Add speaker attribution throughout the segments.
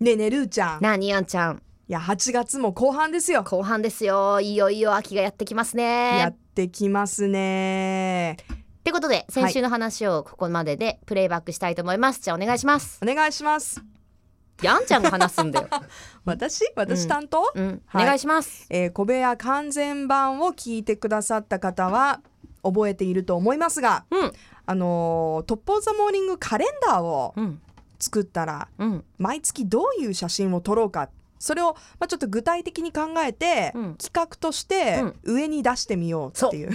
Speaker 1: ねえねえるーちゃんい
Speaker 2: なあにあんちゃん
Speaker 1: や8月も後半ですよ
Speaker 2: 後半ですよいよいよ秋がやってきます
Speaker 1: や
Speaker 2: ね
Speaker 1: ってきますね
Speaker 2: ってことで先週の話をここまででプレイバックしたいと思います、じゃあお願いします
Speaker 1: お願いします
Speaker 2: やんちゃんが話すんだ よ
Speaker 1: 私私担当、
Speaker 2: うん、
Speaker 1: はい
Speaker 2: お願いします
Speaker 1: えー小部屋完全版を聞いてくださった方は覚えていると思いますが
Speaker 2: うん
Speaker 1: あのートップオブザモーニングカレンダーを
Speaker 2: うん
Speaker 1: 作ったら
Speaker 2: うん
Speaker 1: 毎月どういう写真を撮ろうかそれを、まあ、ちょっと具体的に考えて、
Speaker 2: うん
Speaker 1: 企画として上に出してみようっていう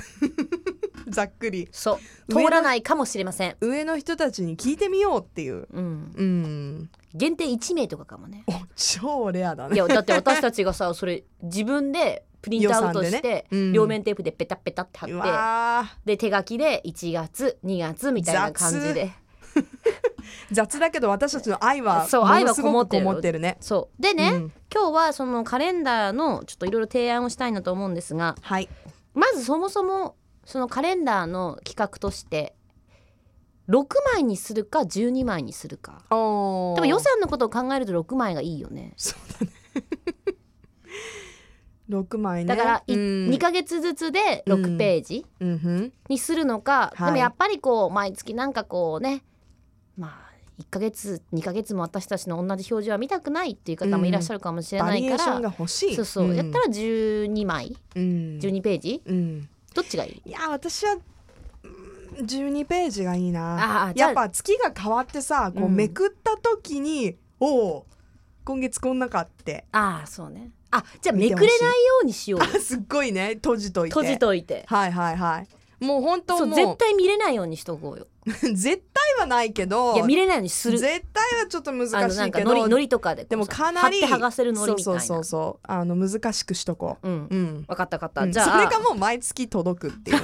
Speaker 1: ざっくり
Speaker 2: そう
Speaker 1: 上の
Speaker 2: 通らないかもしれません
Speaker 1: 上の人たちに聞いてみようっていう
Speaker 2: うん
Speaker 1: うん
Speaker 2: 限定1名とかかもね
Speaker 1: お超レアだ
Speaker 2: い
Speaker 1: ね
Speaker 2: やだって私たちがさそれ自分でプリントアウトして、
Speaker 1: 予算でねうん
Speaker 2: 両面テープでペタペタって貼
Speaker 1: う
Speaker 2: っ
Speaker 1: わー
Speaker 2: てで手書きで1月2月みたいな感じで
Speaker 1: 雑だけど私たちの愛は
Speaker 2: そう
Speaker 1: ものす
Speaker 2: 愛はこも
Speaker 1: ご
Speaker 2: っ
Speaker 1: く
Speaker 2: て
Speaker 1: こ
Speaker 2: る
Speaker 1: もってるね
Speaker 2: そうでね、
Speaker 1: うん
Speaker 2: 今日はそのカレンダーのちょっといろいろ提案をしたいなと思うんですが
Speaker 1: はい
Speaker 2: まずそもそもそのカレンダーの企画として6枚にするか12枚にするか
Speaker 1: おー
Speaker 2: でも予算のことを考えると6枚がいいよね
Speaker 1: 6枚ね
Speaker 2: だからい、
Speaker 1: うん
Speaker 2: 2ヶ月ずつで6ページ
Speaker 1: うんふん
Speaker 2: にするのか、
Speaker 1: はい
Speaker 2: でもやっぱりこう毎月なんかこうねまあ1ヶ月2ヶ月も私たちの同じ表示は見たくないっていう方もいらっしゃるかもしれ
Speaker 1: バ
Speaker 2: ない
Speaker 1: リエ
Speaker 2: か
Speaker 1: ーション
Speaker 2: ら、
Speaker 1: が欲しい
Speaker 2: そうそう、
Speaker 1: ん
Speaker 2: やったら12枚
Speaker 1: うん
Speaker 2: 12ページ
Speaker 1: うん
Speaker 2: どっちがいい
Speaker 1: いや私はうん12ページがいいな
Speaker 2: あーじゃあ
Speaker 1: やっぱ月が変わってさこう
Speaker 2: うん
Speaker 1: めくった時に、おお今月こんなかって
Speaker 2: ああそうねあじゃあ
Speaker 1: 見
Speaker 2: め
Speaker 1: てほ
Speaker 2: く
Speaker 1: しい
Speaker 2: れないようにしよう
Speaker 1: あ
Speaker 2: よ
Speaker 1: すっごいね閉じといて
Speaker 2: 閉じといて
Speaker 1: はいはいはいもう本当
Speaker 2: そう
Speaker 1: もう
Speaker 2: 絶対見れないようにしとこうよ
Speaker 1: 絶対はないけど
Speaker 2: いや見れないようにする
Speaker 1: 絶対はちょっと難し
Speaker 2: あのないんか
Speaker 1: け
Speaker 2: のり
Speaker 1: ど
Speaker 2: のりとかでこう
Speaker 1: でも
Speaker 2: さ
Speaker 1: かなり
Speaker 2: 貼って剥がせるのりみたいな
Speaker 1: そうそうそうそうあの難しくしとこ
Speaker 2: ううん
Speaker 1: ううん、
Speaker 2: 分かった分かっ
Speaker 1: う
Speaker 2: た
Speaker 1: ん
Speaker 2: じゃあ
Speaker 1: それかもう毎月届くっていう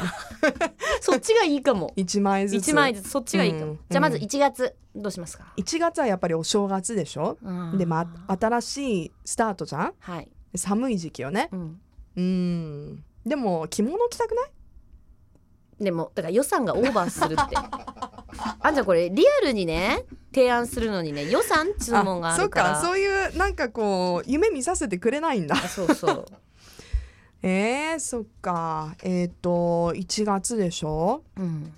Speaker 2: そっちがいいかも
Speaker 1: 一枚ずつ
Speaker 2: 1枚ずつそっちがいいかも、
Speaker 1: うん
Speaker 2: じゃあまず
Speaker 1: うん
Speaker 2: 1月どうしますか、
Speaker 1: 1月はやっぱりお正月でしょ
Speaker 2: うん
Speaker 1: でま新しいスタートじゃん
Speaker 2: はい、
Speaker 1: 寒い時期よね
Speaker 2: うん、
Speaker 1: うんでも着物着たくない
Speaker 2: でもだから予算がオーバーするって あんじゃんこれリアルにね提案するのにね予算注文があるから
Speaker 1: あそうかそういうなんかこう夢見させてくれないんだ
Speaker 2: あそうそう
Speaker 1: えー、そっかえっ、と1月でしょ
Speaker 2: うん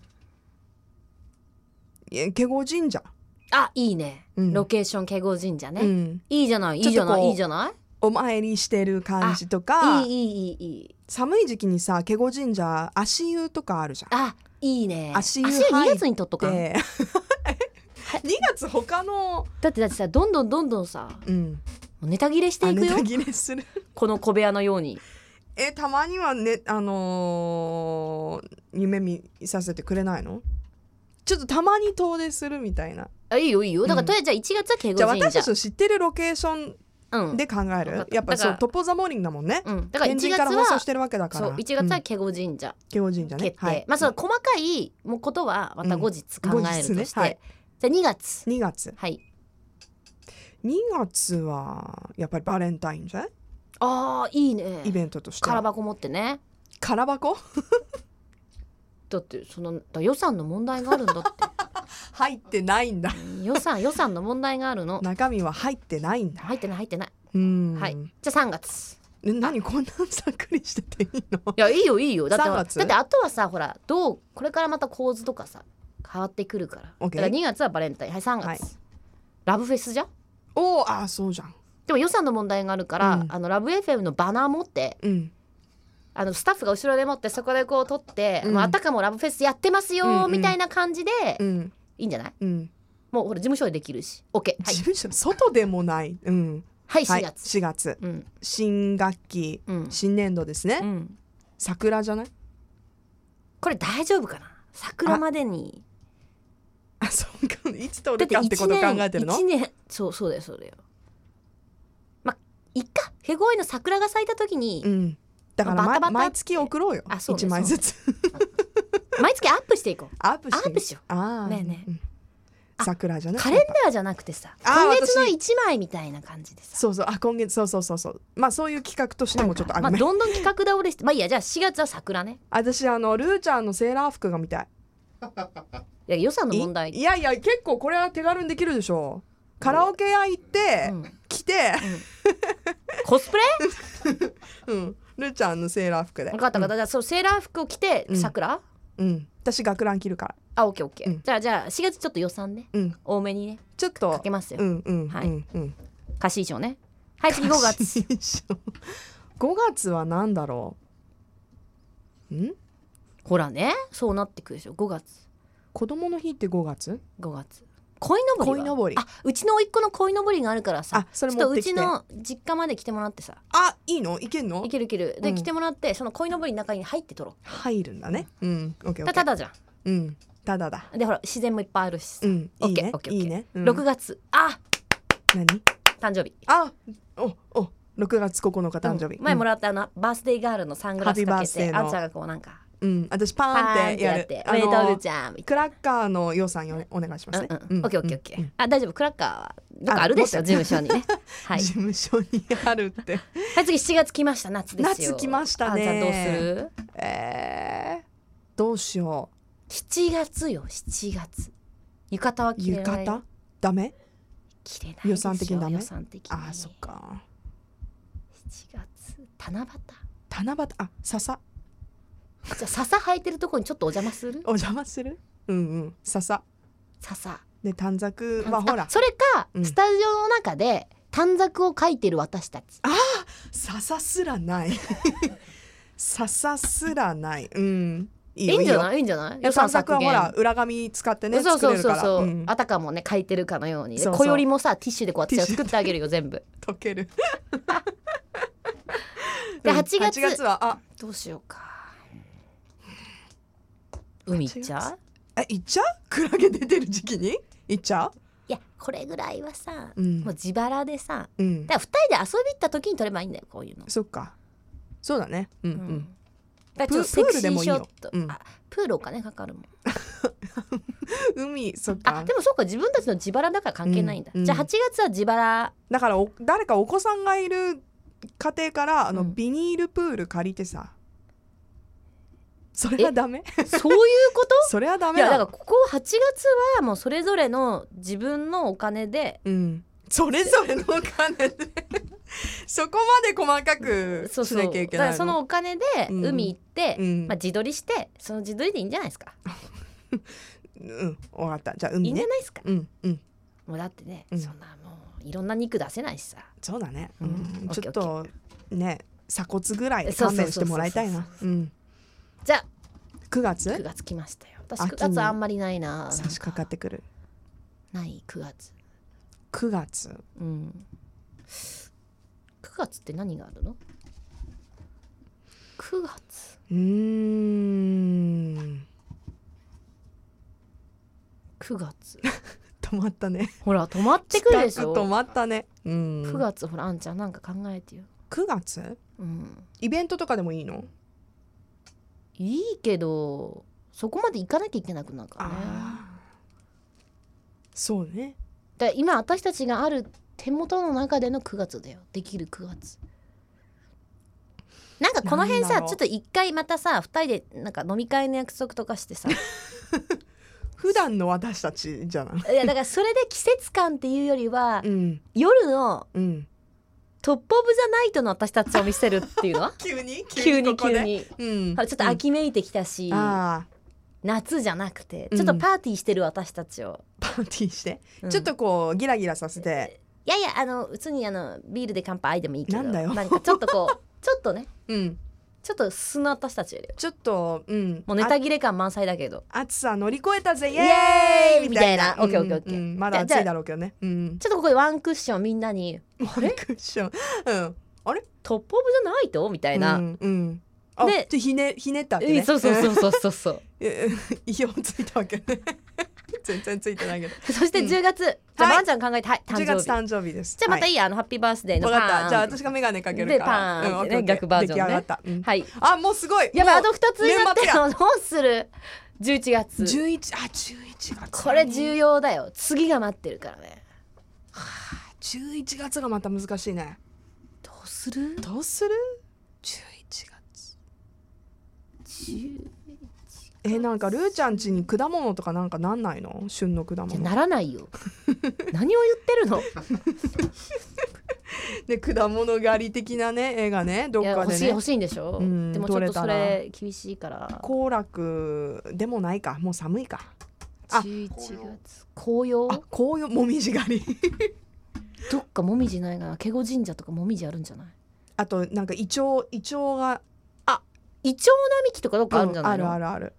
Speaker 1: え華厳神社
Speaker 2: あいいね、
Speaker 1: うん
Speaker 2: ロケーション華厳神社ね、
Speaker 1: うん
Speaker 2: いいじゃないいいじゃな
Speaker 1: ちょっとこう
Speaker 2: いいいじゃない
Speaker 1: お参りしてる感じとか
Speaker 2: いいいいいいいい
Speaker 1: 寒い時期にさ華厳神社足湯とかあるじゃん
Speaker 2: あいいね
Speaker 1: 足湯
Speaker 2: は
Speaker 1: 入っ
Speaker 2: 2月に取っとかん
Speaker 1: で2月他の、
Speaker 2: だってだってさどんどんどんどんさ
Speaker 1: うん、
Speaker 2: もうネタ切れしていくよ
Speaker 1: あネタ切れする
Speaker 2: この小部屋のように
Speaker 1: えたまにはねあのー夢見させてくれないのちょっとたまに遠出するみたいな
Speaker 2: あいいよいいよだか
Speaker 1: うん
Speaker 2: らとりあえずじゃあ1月は敬
Speaker 1: じゃあ
Speaker 2: 語
Speaker 1: 私
Speaker 2: 神
Speaker 1: たち
Speaker 2: 社
Speaker 1: の知ってるロケーショ
Speaker 2: う
Speaker 1: ン
Speaker 2: ん
Speaker 1: で考える、
Speaker 2: うん
Speaker 1: やっぱ
Speaker 2: だから
Speaker 1: そうトップ・オブ・ザ・モーニングだもんね
Speaker 2: うんだから1
Speaker 1: 天神
Speaker 2: 月
Speaker 1: から放送
Speaker 2: は
Speaker 1: してるわけだから
Speaker 2: そう1月は敬語神社
Speaker 1: 慶応神社ね
Speaker 2: 決定、
Speaker 1: はい
Speaker 2: まあその細かいもうことはまた後日考えると
Speaker 1: 後
Speaker 2: し
Speaker 1: 日
Speaker 2: て、
Speaker 1: ねはい
Speaker 2: じゃあ2月
Speaker 1: 2月
Speaker 2: はい
Speaker 1: 2月はやっぱりバレンタインじゃない
Speaker 2: あーいいね
Speaker 1: イベントとしては
Speaker 2: 空箱持ってね
Speaker 1: 空箱
Speaker 2: だってそのだから予算の問題があるんだって
Speaker 1: 入ってない んだ
Speaker 2: 予算予算の問題があるの
Speaker 1: 中身は入ってないんだ
Speaker 2: 入ってない入ってない
Speaker 1: うん
Speaker 2: はいじゃあ3月
Speaker 1: え何こんなざっくりしてていいの
Speaker 2: いやいいよいいよだって
Speaker 1: 3月
Speaker 2: だってあとはさほらどうこれからまた構図とかさ変わってくるから
Speaker 1: OK
Speaker 2: だから2月はバレンタインはい3月、
Speaker 1: はい
Speaker 2: ラブフェスじゃん
Speaker 1: おおあーそうじゃん
Speaker 2: でも予算の問題があるから、
Speaker 1: うん
Speaker 2: あのラブ FM のバナー持って
Speaker 1: うん
Speaker 2: あのスタッフが後ろで持ってそこでこう撮って、
Speaker 1: うん
Speaker 2: もうあたかもラブフェスやってますよ
Speaker 1: うんう
Speaker 2: ー
Speaker 1: ん
Speaker 2: みたいな感じで、
Speaker 1: うん
Speaker 2: いいんじゃない
Speaker 1: うん、
Speaker 2: もうほら事務所でできるし OK は
Speaker 1: 事、
Speaker 2: い
Speaker 1: 務所の外でもない、うん、
Speaker 2: はい、
Speaker 1: はい
Speaker 2: 4月、
Speaker 1: 4月
Speaker 2: うん
Speaker 1: 新学期
Speaker 2: うん
Speaker 1: 新年度ですね、
Speaker 2: うん
Speaker 1: 桜じゃない
Speaker 2: これ大丈夫かな桜までに
Speaker 1: あそうかいつ取る
Speaker 2: だって
Speaker 1: かって
Speaker 2: 1
Speaker 1: ことを考
Speaker 2: 年
Speaker 1: えてるの
Speaker 2: 一年そうそうだよそうだよまあいっかヘゴイの桜が咲いた時に、
Speaker 1: うんだから、
Speaker 2: バタバタ
Speaker 1: ま
Speaker 2: って
Speaker 1: 毎月送ろうよ
Speaker 2: あそうね
Speaker 1: 1枚ずつ
Speaker 2: 毎月アップしていこ う
Speaker 1: アップして
Speaker 2: アップしよ
Speaker 1: ああ
Speaker 2: ねえねえあ
Speaker 1: 桜じゃない
Speaker 2: カレンダーじゃなくてさ
Speaker 1: あー
Speaker 2: 今月の一枚みたいな感じでさ
Speaker 1: そうそうあ今月そうそうそうそうまあそういう企画としてもちょっとあ
Speaker 2: ま
Speaker 1: ご
Speaker 2: あ
Speaker 1: めん
Speaker 2: どんどん企画倒れしてまあいいやじゃあ4月は桜ね
Speaker 1: 私あのルーちゃんのセーラー服が見たい
Speaker 2: いや予算の問
Speaker 1: い
Speaker 2: 題
Speaker 1: いやいや結構これは手軽にできるでしょカラオケ屋行って、
Speaker 2: うん
Speaker 1: 来て、
Speaker 2: コスプレ
Speaker 1: うん、るーちゃんのセーラー服で
Speaker 2: 分かった分かった、じゃあそうセーラー服を着て
Speaker 1: うん
Speaker 2: 桜、
Speaker 1: うん、うん私学ラン着るから
Speaker 2: あオッケーオッケー、
Speaker 1: うん
Speaker 2: じゃあじゃあ4月ちょっと予算ね
Speaker 1: うん
Speaker 2: 多めにね
Speaker 1: ちょっ
Speaker 2: か
Speaker 1: と
Speaker 2: けますよ、
Speaker 1: うんうん
Speaker 2: はい
Speaker 1: うんうん
Speaker 2: 貸し衣装ねはい次5月
Speaker 1: 5月は何だろうん
Speaker 2: ほらねそうなってくるでしょ5月
Speaker 1: 子供の日って5月
Speaker 2: 5月鯉のぼりは
Speaker 1: 鯉のぼり
Speaker 2: あうちの甥っ子の鯉のぼりがあるからさ
Speaker 1: あそれ
Speaker 2: ちょっと
Speaker 1: 持っ
Speaker 2: う
Speaker 1: てきて
Speaker 2: ちの実家まで来てもらってさ
Speaker 1: あいいのいけんの
Speaker 2: いけるいけるで、
Speaker 1: うん
Speaker 2: 来てもらってその鯉のぼりの中に入って撮ろ
Speaker 1: 入るんだねうんオッケ
Speaker 2: う
Speaker 1: ーオ
Speaker 2: た
Speaker 1: ッ
Speaker 2: た
Speaker 1: ケー
Speaker 2: だじゃ
Speaker 1: うんただだ
Speaker 2: んでほら自然もいっぱいあるしさ、
Speaker 1: うんいいね
Speaker 2: オッケー
Speaker 1: いいねうん
Speaker 2: 6月あ
Speaker 1: 何
Speaker 2: 誕生日
Speaker 1: あおお6月9日誕生日
Speaker 2: うん前も
Speaker 1: ら
Speaker 2: らったあのバースデーガールのサングラスかけ
Speaker 1: ハッピーバースデ
Speaker 2: て
Speaker 1: ーの
Speaker 2: あんちゃんがこうなんか
Speaker 1: うん私パ
Speaker 2: パ
Speaker 1: ーン
Speaker 2: ーン
Speaker 1: っ
Speaker 2: ってて
Speaker 1: や
Speaker 2: やっ
Speaker 1: る
Speaker 2: て「お
Speaker 1: あ
Speaker 2: めでとうる
Speaker 1: の
Speaker 2: ーちゃん」みた
Speaker 1: クラッカーの予算よお願いします
Speaker 2: い
Speaker 1: ね
Speaker 2: なうんうんオッケーオッケーオッケ
Speaker 1: うん
Speaker 2: ーあ大丈夫クラッカーはどっかあるでしょ
Speaker 1: あ持
Speaker 2: 事務所にね はい
Speaker 1: 事務所にあるって
Speaker 2: はい次7月来ました夏ですよ
Speaker 1: 夏来ましたね
Speaker 2: あんちゃんどうする
Speaker 1: えーどうしよう
Speaker 2: 7月よ7月浴衣は着れ
Speaker 1: 浴
Speaker 2: ない
Speaker 1: 衣ダメ
Speaker 2: 着れないですよ
Speaker 1: 予算的にダメ
Speaker 2: 予算的に
Speaker 1: あーそっか
Speaker 2: 7月七夕
Speaker 1: 七夕あ笹
Speaker 2: じゃあ笹生えてるところにちょっとお邪魔する
Speaker 1: お邪魔するうんうん笹
Speaker 2: 笹
Speaker 1: で短冊はほら
Speaker 2: あそれか、
Speaker 1: うん
Speaker 2: スタジオの中で短冊を書いてる私たち
Speaker 1: 笹すらない笹すらないうんいい
Speaker 2: い
Speaker 1: よ
Speaker 2: いんじゃ
Speaker 1: い
Speaker 2: ないいいんじゃない
Speaker 1: いよ短冊はほら
Speaker 2: 予
Speaker 1: 裏紙使ってね
Speaker 2: 算削減そう
Speaker 1: 作れるか
Speaker 2: そうそ
Speaker 1: ら
Speaker 2: うそう、
Speaker 1: うん
Speaker 2: あたかもね書いてるかのように
Speaker 1: そうそう
Speaker 2: 小よりもさティッシュでこう私
Speaker 1: ティ
Speaker 2: は
Speaker 1: ッシュ
Speaker 2: 作ってあげるよ 全部
Speaker 1: 溶け る
Speaker 2: で
Speaker 1: うん
Speaker 2: 8月
Speaker 1: 8月はあ
Speaker 2: どうしようか海行っちゃう
Speaker 1: え行っちゃうクラゲ出てる時期に行っちゃ
Speaker 2: いやこれぐらいはさ、
Speaker 1: ううん
Speaker 2: もう自腹でさ
Speaker 1: うん
Speaker 2: だから2人で遊び行った時に撮ればいいんだよこういうの、
Speaker 1: そっかそうだねうんうん
Speaker 2: だからちょっ
Speaker 1: プ
Speaker 2: とセ
Speaker 1: ープ
Speaker 2: ク
Speaker 1: ール
Speaker 2: シ
Speaker 1: で
Speaker 2: ー
Speaker 1: もいい
Speaker 2: ショ
Speaker 1: よ
Speaker 2: ット
Speaker 1: うん
Speaker 2: あプールお金かかるもん
Speaker 1: 海そっか
Speaker 2: あでもそうか自分たちの自腹だから関係ないんだ、
Speaker 1: うんうん
Speaker 2: じゃあ8月は自腹
Speaker 1: だからお誰かお子さんがいる家庭からあの、
Speaker 2: うん
Speaker 1: ビニールプール借りてさ それはダメ
Speaker 2: そういうこ
Speaker 1: それはダ
Speaker 2: とい
Speaker 1: メ
Speaker 2: やだか
Speaker 1: だ
Speaker 2: らここ8月はもうそれぞれの自分のお金で
Speaker 1: うんそれぞれのお金でそこまで細かく
Speaker 2: そう
Speaker 1: し
Speaker 2: そう
Speaker 1: な
Speaker 2: だ
Speaker 1: きゃいけ
Speaker 2: か
Speaker 1: ない
Speaker 2: らそのお金で
Speaker 1: うん
Speaker 2: 海行って、
Speaker 1: うん
Speaker 2: まあ、自撮りしてその自撮りでいいんじゃないですか、
Speaker 1: うん分かったじゃあ
Speaker 2: いい
Speaker 1: 海
Speaker 2: ん
Speaker 1: ね
Speaker 2: じゃないですか
Speaker 1: うんうん
Speaker 2: もうだってね、
Speaker 1: うん
Speaker 2: そんなもういろんな肉出せないしさ
Speaker 1: そうだね、う
Speaker 2: うん
Speaker 1: ん、
Speaker 2: オッ
Speaker 1: ち
Speaker 2: ケー
Speaker 1: ょっとね鎖骨ぐらい
Speaker 2: そう
Speaker 1: 勘
Speaker 2: そうそうそう
Speaker 1: 弁してもらいたいなうん
Speaker 2: じゃ
Speaker 1: 9
Speaker 2: あ9
Speaker 1: 月
Speaker 2: 月来ましたよ私
Speaker 1: 秋に
Speaker 2: 9月あんまりないな
Speaker 1: 差し掛かってくる
Speaker 2: ない9月
Speaker 1: 9月
Speaker 2: うん9月って何があるの ?9 月
Speaker 1: うーん
Speaker 2: 9月
Speaker 1: 止まったね
Speaker 2: ほら止まってくるでし
Speaker 1: 近く止
Speaker 2: ょ
Speaker 1: まったね。うん。
Speaker 2: 9月ほらあんちゃんなんか考えてよ、
Speaker 1: 9月
Speaker 2: うん、
Speaker 1: イベントとかでもいいの？
Speaker 2: いいけどそこまで行かなきゃいけなくなるからね
Speaker 1: あー。そうね。
Speaker 2: だから今私たちがある手元の中での9月だよできる9月なんかこの辺
Speaker 1: なんだ
Speaker 2: さ
Speaker 1: ろう
Speaker 2: ちょっと一回またさ二人でなんか飲み会の約束とかしてさい
Speaker 1: 普段の私たちじゃない。
Speaker 2: やだからそれで季節感っていうよりは
Speaker 1: うん
Speaker 2: 夜の
Speaker 1: うん。
Speaker 2: トップ・オブ・ザ・ナイトの私たちを見せるっていうのは
Speaker 1: 急に
Speaker 2: 急に急
Speaker 1: ここで。
Speaker 2: に
Speaker 1: うん。
Speaker 2: ほらちょっと秋めいてきたし、
Speaker 1: うん。ああ。
Speaker 2: 夏じゃなくて
Speaker 1: うん
Speaker 2: ちょっとパーティーしてる私たちを、
Speaker 1: パーティーして、
Speaker 2: うん
Speaker 1: ちょっとこうギラギラさせて、
Speaker 2: いやいやあの普通にあのビールで乾杯でもいいけど
Speaker 1: なんだよ
Speaker 2: かちょっとこう ちょっとね
Speaker 1: うん。
Speaker 2: ちょっと素の私たちより
Speaker 1: ちょっとうん。
Speaker 2: もうネタ切れ感満載だけど
Speaker 1: あ暑さ乗り越えたぜイエー
Speaker 2: イエー
Speaker 1: イ
Speaker 2: イ
Speaker 1: みたいな。
Speaker 2: みたいなオッケーオッケーオッケー
Speaker 1: うんうんまだ暑いだろうけどね。うん。
Speaker 2: ちょっとここでワンクッションみんなに
Speaker 1: ワンクッション。うん。
Speaker 2: 「トップ・オブ・ザ・ナイト?」みたいな、
Speaker 1: うんうん。あ
Speaker 2: で
Speaker 1: ちょひねひねったわけ
Speaker 2: え
Speaker 1: ね。
Speaker 2: そうそうそうそうそ うそう
Speaker 1: え意表をついたわけね 全然ついてないけど
Speaker 2: そして10月、じゃあ
Speaker 1: はい
Speaker 2: まーちゃん考えてはい誕生
Speaker 1: 10
Speaker 2: 日
Speaker 1: 月誕生日です
Speaker 2: じゃあまた
Speaker 1: はい
Speaker 2: いい、あのハッピーバースデーの
Speaker 1: わ
Speaker 2: パ
Speaker 1: か
Speaker 2: ー
Speaker 1: った
Speaker 2: ン
Speaker 1: じゃあ私がメガネかける
Speaker 2: で
Speaker 1: か
Speaker 2: パ
Speaker 1: ら
Speaker 2: ーンって
Speaker 1: オッケー
Speaker 2: ね
Speaker 1: オッケー
Speaker 2: 逆バージョン
Speaker 1: 出
Speaker 2: ね
Speaker 1: 来上がった、うん
Speaker 2: はい
Speaker 1: あもうすごい
Speaker 2: やばい
Speaker 1: も
Speaker 2: あ
Speaker 1: う
Speaker 2: と2つになって
Speaker 1: 年
Speaker 2: る
Speaker 1: 末
Speaker 2: どうする11月
Speaker 1: 11あ11月だね
Speaker 2: これ重要だよ次が待ってるからね
Speaker 1: 11月がまた難しいね
Speaker 2: どうする
Speaker 1: どうする11月
Speaker 2: 11
Speaker 1: えなんかルーちゃん家に果物とかなんかなんないの旬の果
Speaker 2: じゃ
Speaker 1: 物
Speaker 2: ならないよ 何を言ってるの
Speaker 1: で果物狩り的なね絵がね どっ
Speaker 2: いや
Speaker 1: か
Speaker 2: 欲
Speaker 1: で
Speaker 2: しい
Speaker 1: ね
Speaker 2: 欲しいんでしょ、
Speaker 1: うん
Speaker 2: でもちょっとそ
Speaker 1: 取れ
Speaker 2: れ厳しいから
Speaker 1: 行楽でもないかもう寒いかあ
Speaker 2: 11月紅葉
Speaker 1: あ紅葉もみじ狩り
Speaker 2: どっかもみじないかなケゴ神社とかもみじあるんじゃない
Speaker 1: あとなんかイチョウイチョウが
Speaker 2: イチョウ並木とかどっかあるんじゃないの、
Speaker 1: うんあるあるある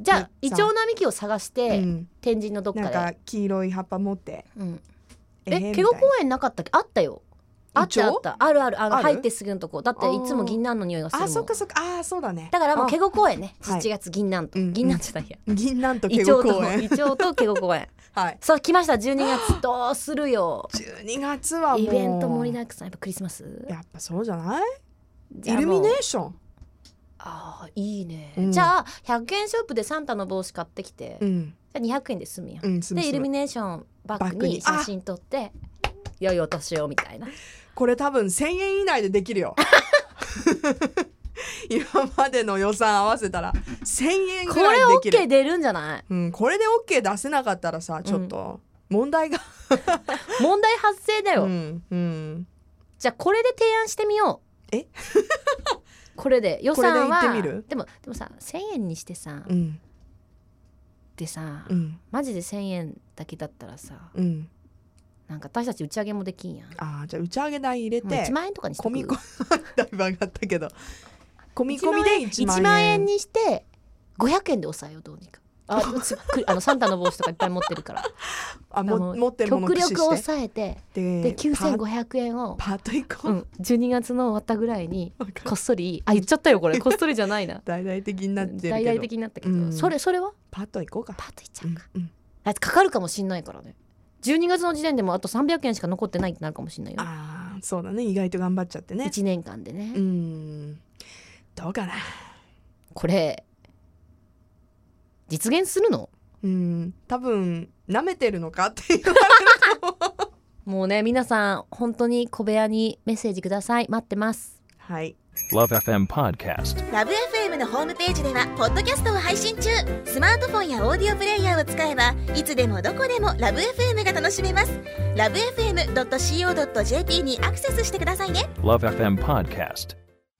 Speaker 2: じゃ
Speaker 1: めっ
Speaker 2: あ
Speaker 1: ち
Speaker 2: イ
Speaker 1: ゃ
Speaker 2: チョウ並木を探して、
Speaker 1: うん、
Speaker 2: 天神のどっか
Speaker 1: なん
Speaker 2: で
Speaker 1: か黄色い葉っぱ持って
Speaker 2: うん、
Speaker 1: ー
Speaker 2: え
Speaker 1: みた
Speaker 2: ケ
Speaker 1: い
Speaker 2: ゴ
Speaker 1: な
Speaker 2: 公園なかったっけあったよあっ
Speaker 1: イチョウ
Speaker 2: たあったあるあるあの
Speaker 1: ある
Speaker 2: 入ってすぐのとこだっていつ
Speaker 1: あー
Speaker 2: も銀杏の匂いがするもん
Speaker 1: あそっかそっかあーそうだね
Speaker 2: だからもう
Speaker 1: あ
Speaker 2: ケゴ公園ね
Speaker 1: はい
Speaker 2: 7月銀杏と、
Speaker 1: うん
Speaker 2: 銀杏じ ゃないや
Speaker 1: 銀杏と
Speaker 2: イ
Speaker 1: ケ
Speaker 2: チョ
Speaker 1: ゴ
Speaker 2: ウと
Speaker 1: 公園
Speaker 2: イチョウとケゴ 公園
Speaker 1: はい
Speaker 2: さあ来ました12月どうするよ
Speaker 1: 12月はもう
Speaker 2: イベント盛りだくさんやっぱクリスマス
Speaker 1: やっぱそうじゃない
Speaker 2: じゃ
Speaker 1: イ
Speaker 2: あもう
Speaker 1: ルミネーション
Speaker 2: ああいいね、
Speaker 1: うん
Speaker 2: じゃあ100円ショップでサンタの帽子買ってきて、
Speaker 1: うん
Speaker 2: じゃあ200円で済むやん、
Speaker 1: うんすむ
Speaker 2: でイ
Speaker 1: す
Speaker 2: ルミ
Speaker 1: む
Speaker 2: ネーションバッ
Speaker 1: バッグ
Speaker 2: グ
Speaker 1: に
Speaker 2: に
Speaker 1: あ
Speaker 2: 写真撮って良いお年をみたいな
Speaker 1: これ多分1000円以内でできる よ今までの予算合わせたら1000円
Speaker 2: こ
Speaker 1: ぐら
Speaker 2: れ
Speaker 1: いできる
Speaker 2: OK 出るんじゃない
Speaker 1: うん、これで OK 出せなかったらさちょっと問題が、
Speaker 2: 問題発生だ
Speaker 1: う
Speaker 2: よ、
Speaker 1: んうん
Speaker 2: じゃあこれで提案してみよう
Speaker 1: え
Speaker 2: これで予算は
Speaker 1: これで言ってみる
Speaker 2: でもでもさ1,000円にしてさ、
Speaker 1: うん
Speaker 2: でさ、
Speaker 1: うん
Speaker 2: マジで1,000円だけだったらさ
Speaker 1: うん
Speaker 2: なんか私たち打ち上げもできんやん、
Speaker 1: あーじゃあ打ち上げ代入れ
Speaker 2: まあ、
Speaker 1: て
Speaker 2: 1万円とかにし
Speaker 1: 込
Speaker 2: とく
Speaker 1: み込みだいぶ上がったけど込み込みで1
Speaker 2: 1
Speaker 1: 万
Speaker 2: 万
Speaker 1: 円
Speaker 2: 円にして500円で抑えようどうにかあすっくりあのサンタの帽子とかいっぱい持って るから
Speaker 1: あ
Speaker 2: あ
Speaker 1: も
Speaker 2: の
Speaker 1: 持ってるものを
Speaker 2: 極
Speaker 1: 駆
Speaker 2: 力
Speaker 1: 使して
Speaker 2: 抑えて
Speaker 1: で
Speaker 2: で
Speaker 1: パ
Speaker 2: 9500円を、
Speaker 1: パッと行こ
Speaker 2: う
Speaker 1: う、
Speaker 2: ん、12月の終わったぐらいに
Speaker 1: わかる
Speaker 2: こっそりあ言っちゃったよこれこっそりじゃないな
Speaker 1: 大々的 になってるけど
Speaker 2: 大々的になったけど、
Speaker 1: うん
Speaker 2: それそれは
Speaker 1: パッと行こうか
Speaker 2: パッといっちゃうか、
Speaker 1: うん
Speaker 2: あいつかかるかもしんないからね12月の時点でもあと300円しか残ってないってなるかもしんないよ
Speaker 1: ああそうだね意外と頑張っちゃってね
Speaker 2: 1年間でね、
Speaker 1: うんどうかな
Speaker 2: これ実現するの
Speaker 1: うん多分舐めてるのかって言 われると
Speaker 2: もうね皆さん本当に小部屋にメッセージください待ってます
Speaker 1: はい
Speaker 3: Love FM Podcast.
Speaker 4: ラブ f m のホームページではポッドキャストを配信中スマートフォンやオーディオプレイヤーを使えばいつでもどこでもラブ f m が楽しめますラブ FM.co.jp にアクセスしてくださいね
Speaker 3: Love FM Podcast.